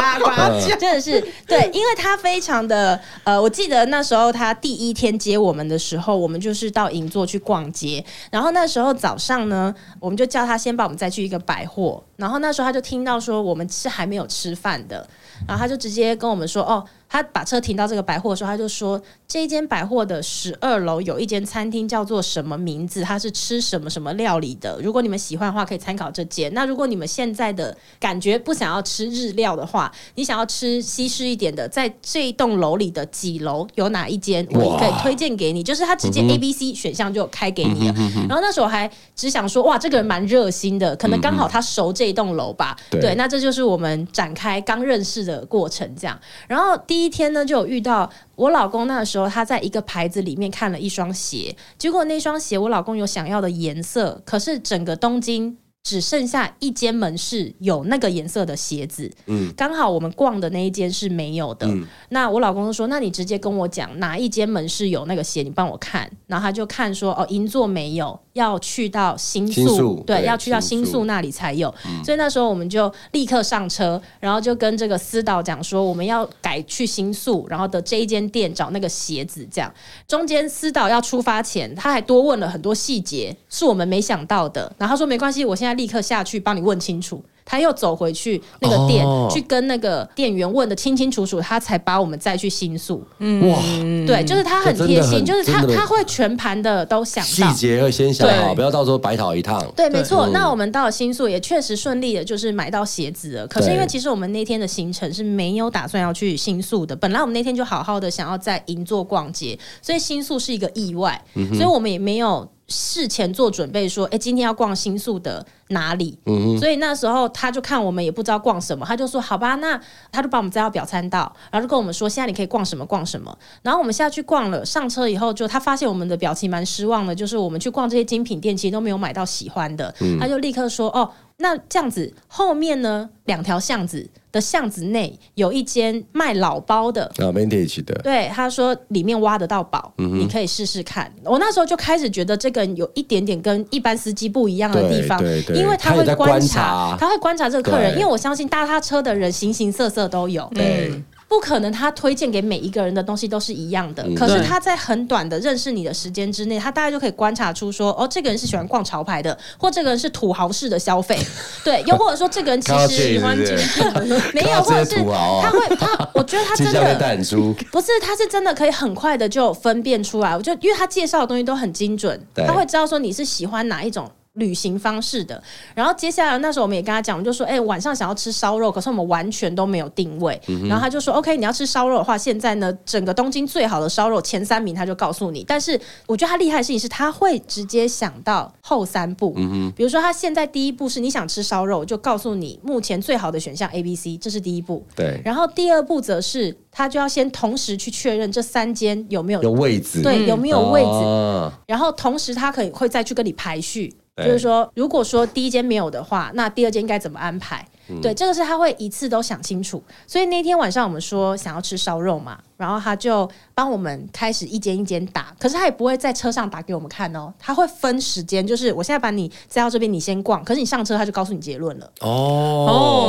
叫， [LAUGHS] 真的是对，因为他非常的呃，我记得那时候他第一天接我们的时候，我们就是到银座去逛街，然后那时候早上呢，我们就叫他先把我们再去一个百货，然后那时候他就听到说我们是还没有吃饭的，然后他就直接跟我们说哦。他把车停到这个百货的时候，他就说这一间百货的十二楼有一间餐厅叫做什么名字，它是吃什么什么料理的。如果你们喜欢的话，可以参考这间。那如果你们现在的感觉不想要吃日料的话，你想要吃西式一点的，在这一栋楼里的几楼有哪一间，我也可以
哇
推荐给你。就是他直接 A、B、C 选项就开给你了。然后那时候还只想说，哇，这个人蛮热心的，可能刚好他熟这一栋楼吧。
对
对，那这就是我们展开刚认识的过程，这样。然后第一天呢，就有遇到我老公那时候，他在一个牌子里面看了一双鞋，结果那双鞋我老公有想要的颜色，可是整个东京。只剩下一间门市有那个颜色的鞋子，嗯，刚好我们逛的那一间是没有的。那我老公就说：“那你直接跟我讲哪一间门市有那个鞋，你帮我看。”然后他就看说：“哦，银座没有，要去到新宿，
新宿
对，
对
要去到新
新
宿
宿
那里才有。
嗯
所以那时候我们就立刻上车，然后就跟这个司导讲说，我们要改去新宿，然后的这一间店找那个鞋子。这样，中间司导要出发前，他还多问了很多细节，是我们没想到的。然后他说没关系，我现在立刻下去帮你问清楚。他又走回去那个店、
哦
去跟那个店员问的清清楚楚，他才把我们再去新宿。
哇，
对，就是他很
嗯这真
贴
的
心，
很
就是他
真的
他会全盘的都想
细
到。
节会先想好，
对
不要到时候白跑一趟。
对，没错。
嗯
那我们到了新宿也确实顺利的，就是买到鞋子了。可是
对
因为其实我们那天的行程是没有打算要去新宿的，本来我们那天就好好的想要在银座逛街，所以新宿是一个意外，所以我们也没有。事前做准备，说，哎、今天要逛新宿的哪里？所以那时候他就看我们也不知道逛什么，他就说，好吧，那他就把我们载到表参道，然后就跟我们说，现在你可以逛什么逛什么。然后我们下去逛了，上车以后就他发现我们的表情蛮失望的，就是我们去逛这些精品店，其实都没有买到喜欢的，他就立刻说：“哦，那这样子后面呢，两条巷子的巷子内有一间卖老包的，
啊，Vintage 的，
对，他说里面挖得到宝，
嗯
你可以试试看。我那时候就开始觉得这个人有一点点跟一般司机不一样的地方
对对，对
因为
他
会
也在
观
观察
他会观察这个客人，因
对
为我相信搭他车的人形形色色都有。
对，
不可能，他推荐给每一个人的东西都是一样的。
嗯
可是他在很短的认识你的时间之内，他大概就可以观察出说，哦，这个人是喜欢逛潮牌的，或这个人是土豪式的消
[LAUGHS]
费，对，又或者说这个人其
看到这
实
里是不 [LAUGHS] 是
没
看
有，
到
或者是
这些土豪
他
啊，
会他，我觉得他
金 [LAUGHS]
真
项链
的
戴
[LAUGHS]
很粗，
不是，他是真的可以很快的就分辨出来。我就因为他介绍的东西都很精准，
对
他会知道说你是喜欢哪一种。旅行方式的，然后接下来那时候我们也跟他讲，我们就说，哎、晚上想要吃烧肉，可是我们完全都没有定位。然后他就说，OK，你要吃烧肉的话，现在呢，整个东京最好的烧肉前三名他就告诉你。但是我觉得他厉害的事情是，他会直接想到后三步。比如说他现在第一步是你想吃烧肉，就告诉你目前最好的选项 A、B、C，这是第一步。
对，
然后第二步则是他就要先同时去确认这三间有没有
有位置，
嗯
对有没有位置，
哦
然后同时他可以会再去跟你排序，就
对
是说如果说第一间没有的话，那第二间应该怎么安排？
嗯
对，这个是他会一次都想清楚。所以那天晚上我们说想要吃烧肉嘛，然后他就帮我们开始一间一间打，可是他也不会在车上打给我们看哦，他会分时间，就是我现在把你载到这边，你先逛，可是你上车他就告诉你结论了。
哦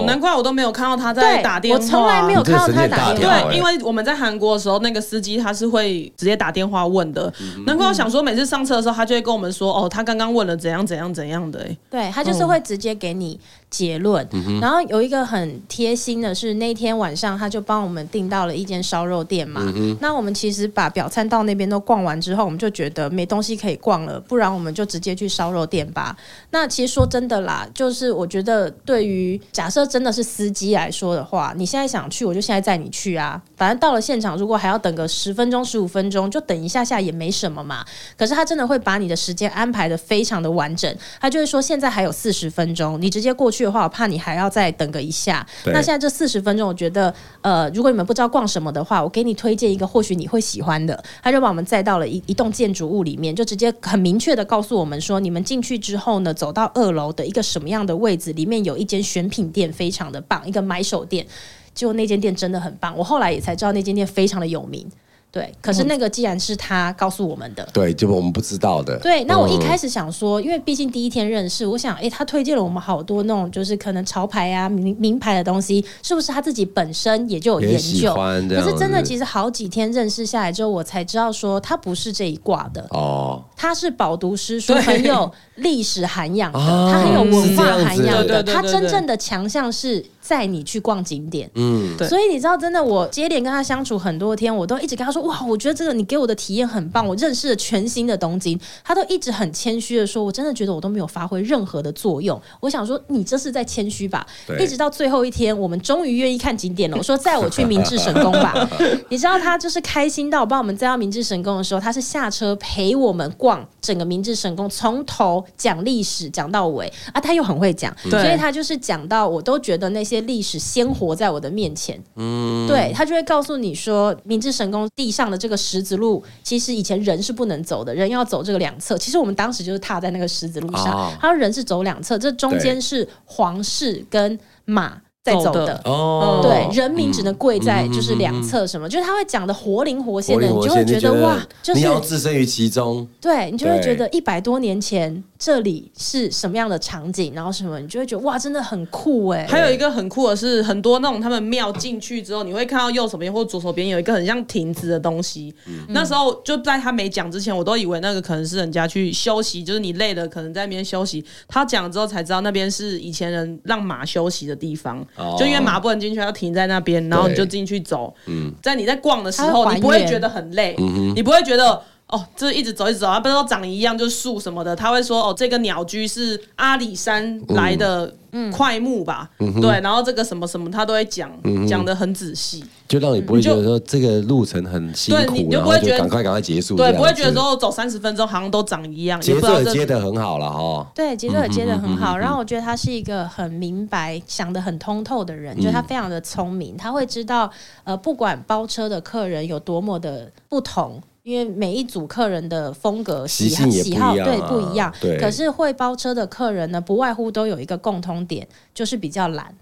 哦，难怪我都没有看到他在
对，
打电话，
我从来没有
你这
看到
个神
他
经
打
大
电
条
话
欸。
对，因为我们在韩国的时候，那个司机他是会直接打电话问的。难怪我想说，每次上车的时候，他就会跟我们说：“哦，他刚刚问了怎样怎样怎样的、欸。
对他就是会直接给你结论。然后有一个很贴心的是，那天晚上他就帮我们订到了一间烧肉店嘛。那我们其实把表参道那边都逛完之后，我们就觉得没东西可以逛了，不然我们就直接去烧肉店吧。那其实说真的啦，就是我觉得对于假设真的是司机来说的话，你现在想去，我就现在载你去啊。反正到了现场，如果还要等个十分钟、十五分钟，就等一下下也没什么嘛。可是他真的会把你的时间安排的非常的完整，他就会说现在还有四十分钟，你直接过去的话，我怕你还要再等个一下。
对
那现在这四十分钟，我觉得呃，如果你们不知道逛什么的话，我给你推荐一个或许你会喜欢的。他就把我们载到了一一栋建筑物里面，就直接很明确的告诉我们说，你们进去之后呢，走到二楼的一个什么样的位置，里面有一间选品店，非常的棒，一个买手店。结果那间店真的很棒，我后来也才知道那间店非常的有名。对，可是那个既然是他告诉我们的，
对，就我们不知道的，嗯
对，那我一开
始
始想说，因为毕竟第一天认识，我想，诶，他推荐了我们好多那种就是可能潮牌啊、名名牌的东西，是不是他自己本身也就有
也
研
喜
究？
欢这
可
样子，
是真的，其实好几天认识下来之后，我才知道说他不是这一挂的，
哦，
他是饱读诗书，很有历史涵养的，
啊
他很有文化涵
是这
养
样子
的。
对对对对
他真正的强项是在你去逛景点。
嗯，
对
所以你知道，真的，我接连跟他相处很多天，我都一直跟他说：“哇，我觉得这个你给我的体验很棒，我认识了全新的东京。”他都一直很谦虚的说：“我真的觉得我都没有发挥任何的作用。”我想说，你这是在谦虚吧？
对
一直到最后一天，我们终于愿意看景点了。我说：“载我去明治神宫吧。”你知道他就是开心到把我们载到明治神宫的时候，他是下车陪我们逛整个明治神宫，从头讲历史讲到尾啊，他又很会讲，
对
所以他就是讲到我都觉得那些历史鲜活在我的面前。嗯，对他就会告诉你说，明治神宫地上的这个石子路，其实以前人是不能走的，人要走这个两侧。其实我们当时就是踏在那个石子路上
哦，
他说人是走两侧，这中间
对
是皇室跟马在走
走的
的。
哦，
对，人民只能跪在
嗯
就是两侧什么，就是他会讲的活灵活现的，你就会觉得
得
哇，就
你
是
要置身于其中，
对你就会
对
觉得一百多年前这里是什么样的场景，然后什么，你就会觉得哇，真的很酷哎、
还有一个很酷的是，很多那种他们庙进去之后，你会看到右手边或左手边有一个很像亭子的东西。那时候就在他没讲之前，我都以为那个可能是人家去休息，就是你累了可能在那边休息。他讲了之后才知道那边是以前人让马休息的地方，
哦
就因为马不能进去，它要停在那边，然后你就进去走。在你在逛的时
它会
候，
还
你不会
原
觉得很累，
嗯
你不会觉得。哦，这一直走一直走，它不是都长一样，就是树什么的。他会说，哦，这个鸟居是阿里山
嗯
来的
嗯
快木吧？对，然后这个什么什么，他都会讲，
嗯
讲的很仔细。
就让你不会觉得说这个路程很辛
对
苦，
你就
然
不
后
会
就
觉得
赶快赶快结束这样
对，
子，
不会觉得说走三十分钟好像都长一样，
嗯
也
节
不知道
奏也接
这。
的很好了哈。
对，节奏也接的很
嗯
好，然后我觉得他是一个很明白、想得很通透的
嗯
人，就是他非常的聪明，他会知道呃，不管包车的客人有多么的不同，因为每一组客人的风格
习
喜好
性也不
喜好
一样
对
啊
不一样，
对
可是会包车的客人呢，不外乎都有一个共通点，就是比较懒。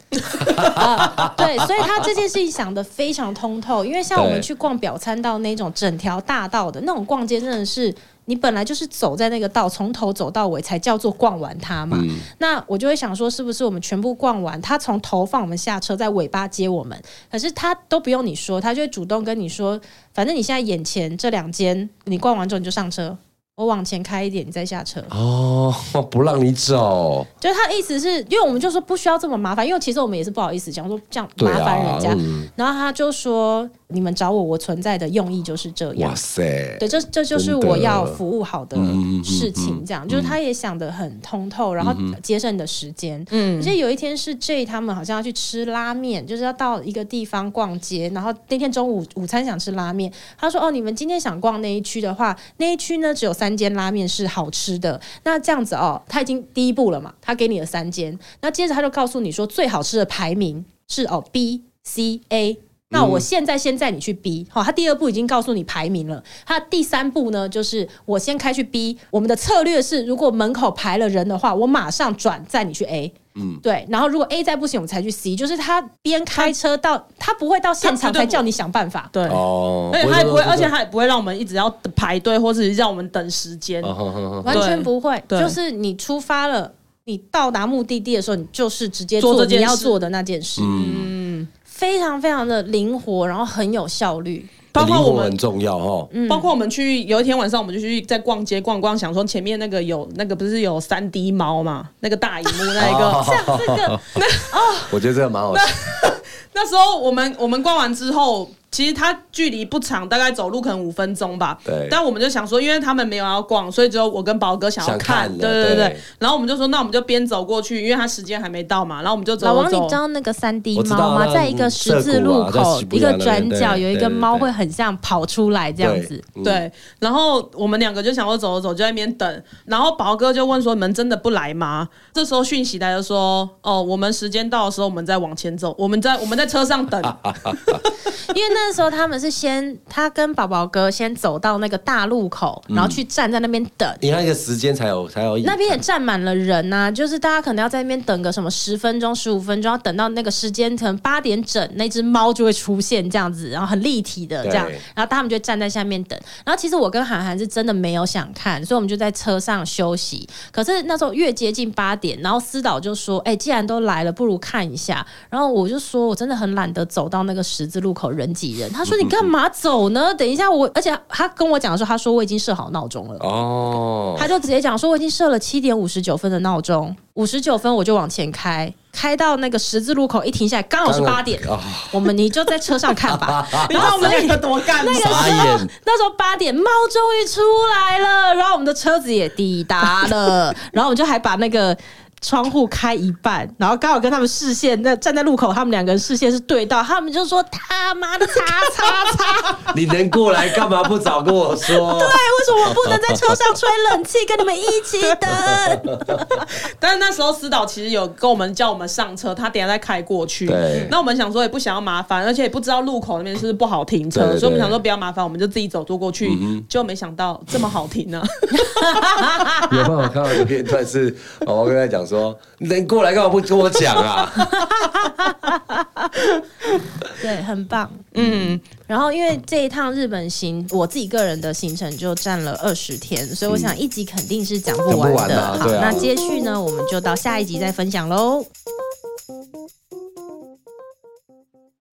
啊对，所以他这件事情想的非常通透，因为像我们
对
去逛表参道那种整条大道的那种逛街，真的是你本来就是走在那个道，从头走到尾才叫做逛完它嘛。
嗯
那我就会想说，是不是我们全部逛完，他从头放我们下车，在尾巴接我们？可是他都不用你说，他就会主动跟你说，反正你现在眼前这两间，你逛完之后你就上车。我往前开一点，你再下车。
哦， [LAUGHS] 不让你走，
就是他的意思是，因为我们就说不需要这么麻烦，因为其实我们也是不好意思讲说这样
对
麻烦
啊
人家。，
嗯，
然后他就说：“你们找我，我存在的用意就是这样
哇。塞”，
对，这这就是
真的
我要服务好的
嗯嗯嗯嗯
事情，这样、就是他也想得很通透，然后节省你的时间。嗯，而且有一天是 J 他们好像要去吃拉面，就是要到一个地方逛街，然后那天中午午餐想吃拉面，他说：“哦，你们今天想逛那一区的话，那一区呢只有三间拉面是好吃的。那这样子哦，他已经第一步了嘛，他给你了三间，那接着他就告诉你说最好吃的排名是哦 B、C、A。那我现在先载你去 B，好、他第二步已经告诉你排名了。他第三步呢，就是我先开去 B。我们的策略是，如果门口排了人的话，我马上转载你去 A。嗯，对。然后如果 A 再不行，我们才去 C。就是他边开车到，他不会到现场才叫你想办法。
对，
哦，
而且他也不会，
说
而且他也不会让我们一直要排队，或是让我们等时间。
哦哼哼哼
完全不会，
对
就是你出发了，你到达目的地的时候，你就是直接
做
做
这件
你要
事
做的那件事，嗯，非常非常的灵活，然后很有效率。
包括我
灵魂
们
很重要哈，
包括我们去有一天晚上，我们就去在逛街逛逛，想说前面那个有那个不是有三 D 猫嘛，那个大荧幕那一个。
哦
这
[LAUGHS]
个
我觉得这个蛮好笑，
[LAUGHS] 那时候我们我们逛完之后，其实它距离不长，大概走路可能五分钟吧。
对
但我们就想说，因为他们没有要逛，所以只有我跟宝哥想要
想看
看。
的
对对
对
然后我们就说，那我们就边走过去，因为他时间还没到嘛。然后我们就走
老王，
走
你
走。
知道那个三 D
我知道
猫吗？
那
在一个
嗯
十字
涩谷
路
啊在
口
西，部
一个
洋那边
转角
对
有一
对
个
对
猫
对
会很像跑出来这样子。
对，嗯
对，然后我们两个就想说走着走就在那边等，然后宝哥就问说：“你们真的不来吗？”这时候讯息来了说：“哦，我们时间到的时候，我们再往前走，我们在我们在车上
[LAUGHS]
等。
因为那时候他们是先，他跟宝宝哥先走到那个大路口，
嗯
然后去站在那边等。
你看那个时间才有才有意义
那边也站满了人呐、就是大家可能要在那边等个什么十分钟、十五分钟，要等到那个时间，可能八点整，那只猫就会出现这样子，然后很立体的这样
对，
然后他们就站在下面等。然后其实我跟韩寒是真的没有想看，所以我们就在车上休息。可是那时候越接近八点，然后思导就说：“哎、既然都来了，不如看一下。”然后我就说：“我真的很懒得走到那个十字路口人挤人。”他说：“你干嘛走呢？等一下我，而且他跟我讲说，他说我已经设好闹钟了。”
哦，
他就直接讲说，我已经设了七点五十九分的闹钟，五十九分我就往前开，开到那个十字路口一停下来，刚好是八点，
哦
我们你就在车上看 [LAUGHS] 吧。
你知道我们两个多干吗？
傻眼，
那时候八点，猫终于出来了，然后我们的车子也抵达 [LAUGHS] 了，然后我们就还把那个。窗户开一半，然后刚好跟他们视线，那站在路口，他们两个人视线是对到，他们就说他妈的叉叉 [LAUGHS] 叉，
你能过来干嘛不早跟我
[LAUGHS]
说？
啊
哎，为什么我不能在车上吹冷气，跟你们一起等？
但是那时候思导其实有跟我们叫我们上车，他等一下再开过去
对。
那我们想说也不想要麻烦，而且也不知道路口那边是不是不好停车，
对对对嗯
所以我们想说不要麻烦，我们就自己走路过去。就没想到这么好停啊呢、
有办法看到一个片段是，哦我跟他讲说，你能过来干嘛不跟我讲啊？
对，很棒。嗯，然后因为这一趟日本行，我自己个人的行程就占了二十天，所以我嗯想一集肯定是讲不完
讲不
的。
完啊
好，
对啊
那接续呢，我们就到下一集再分享喽。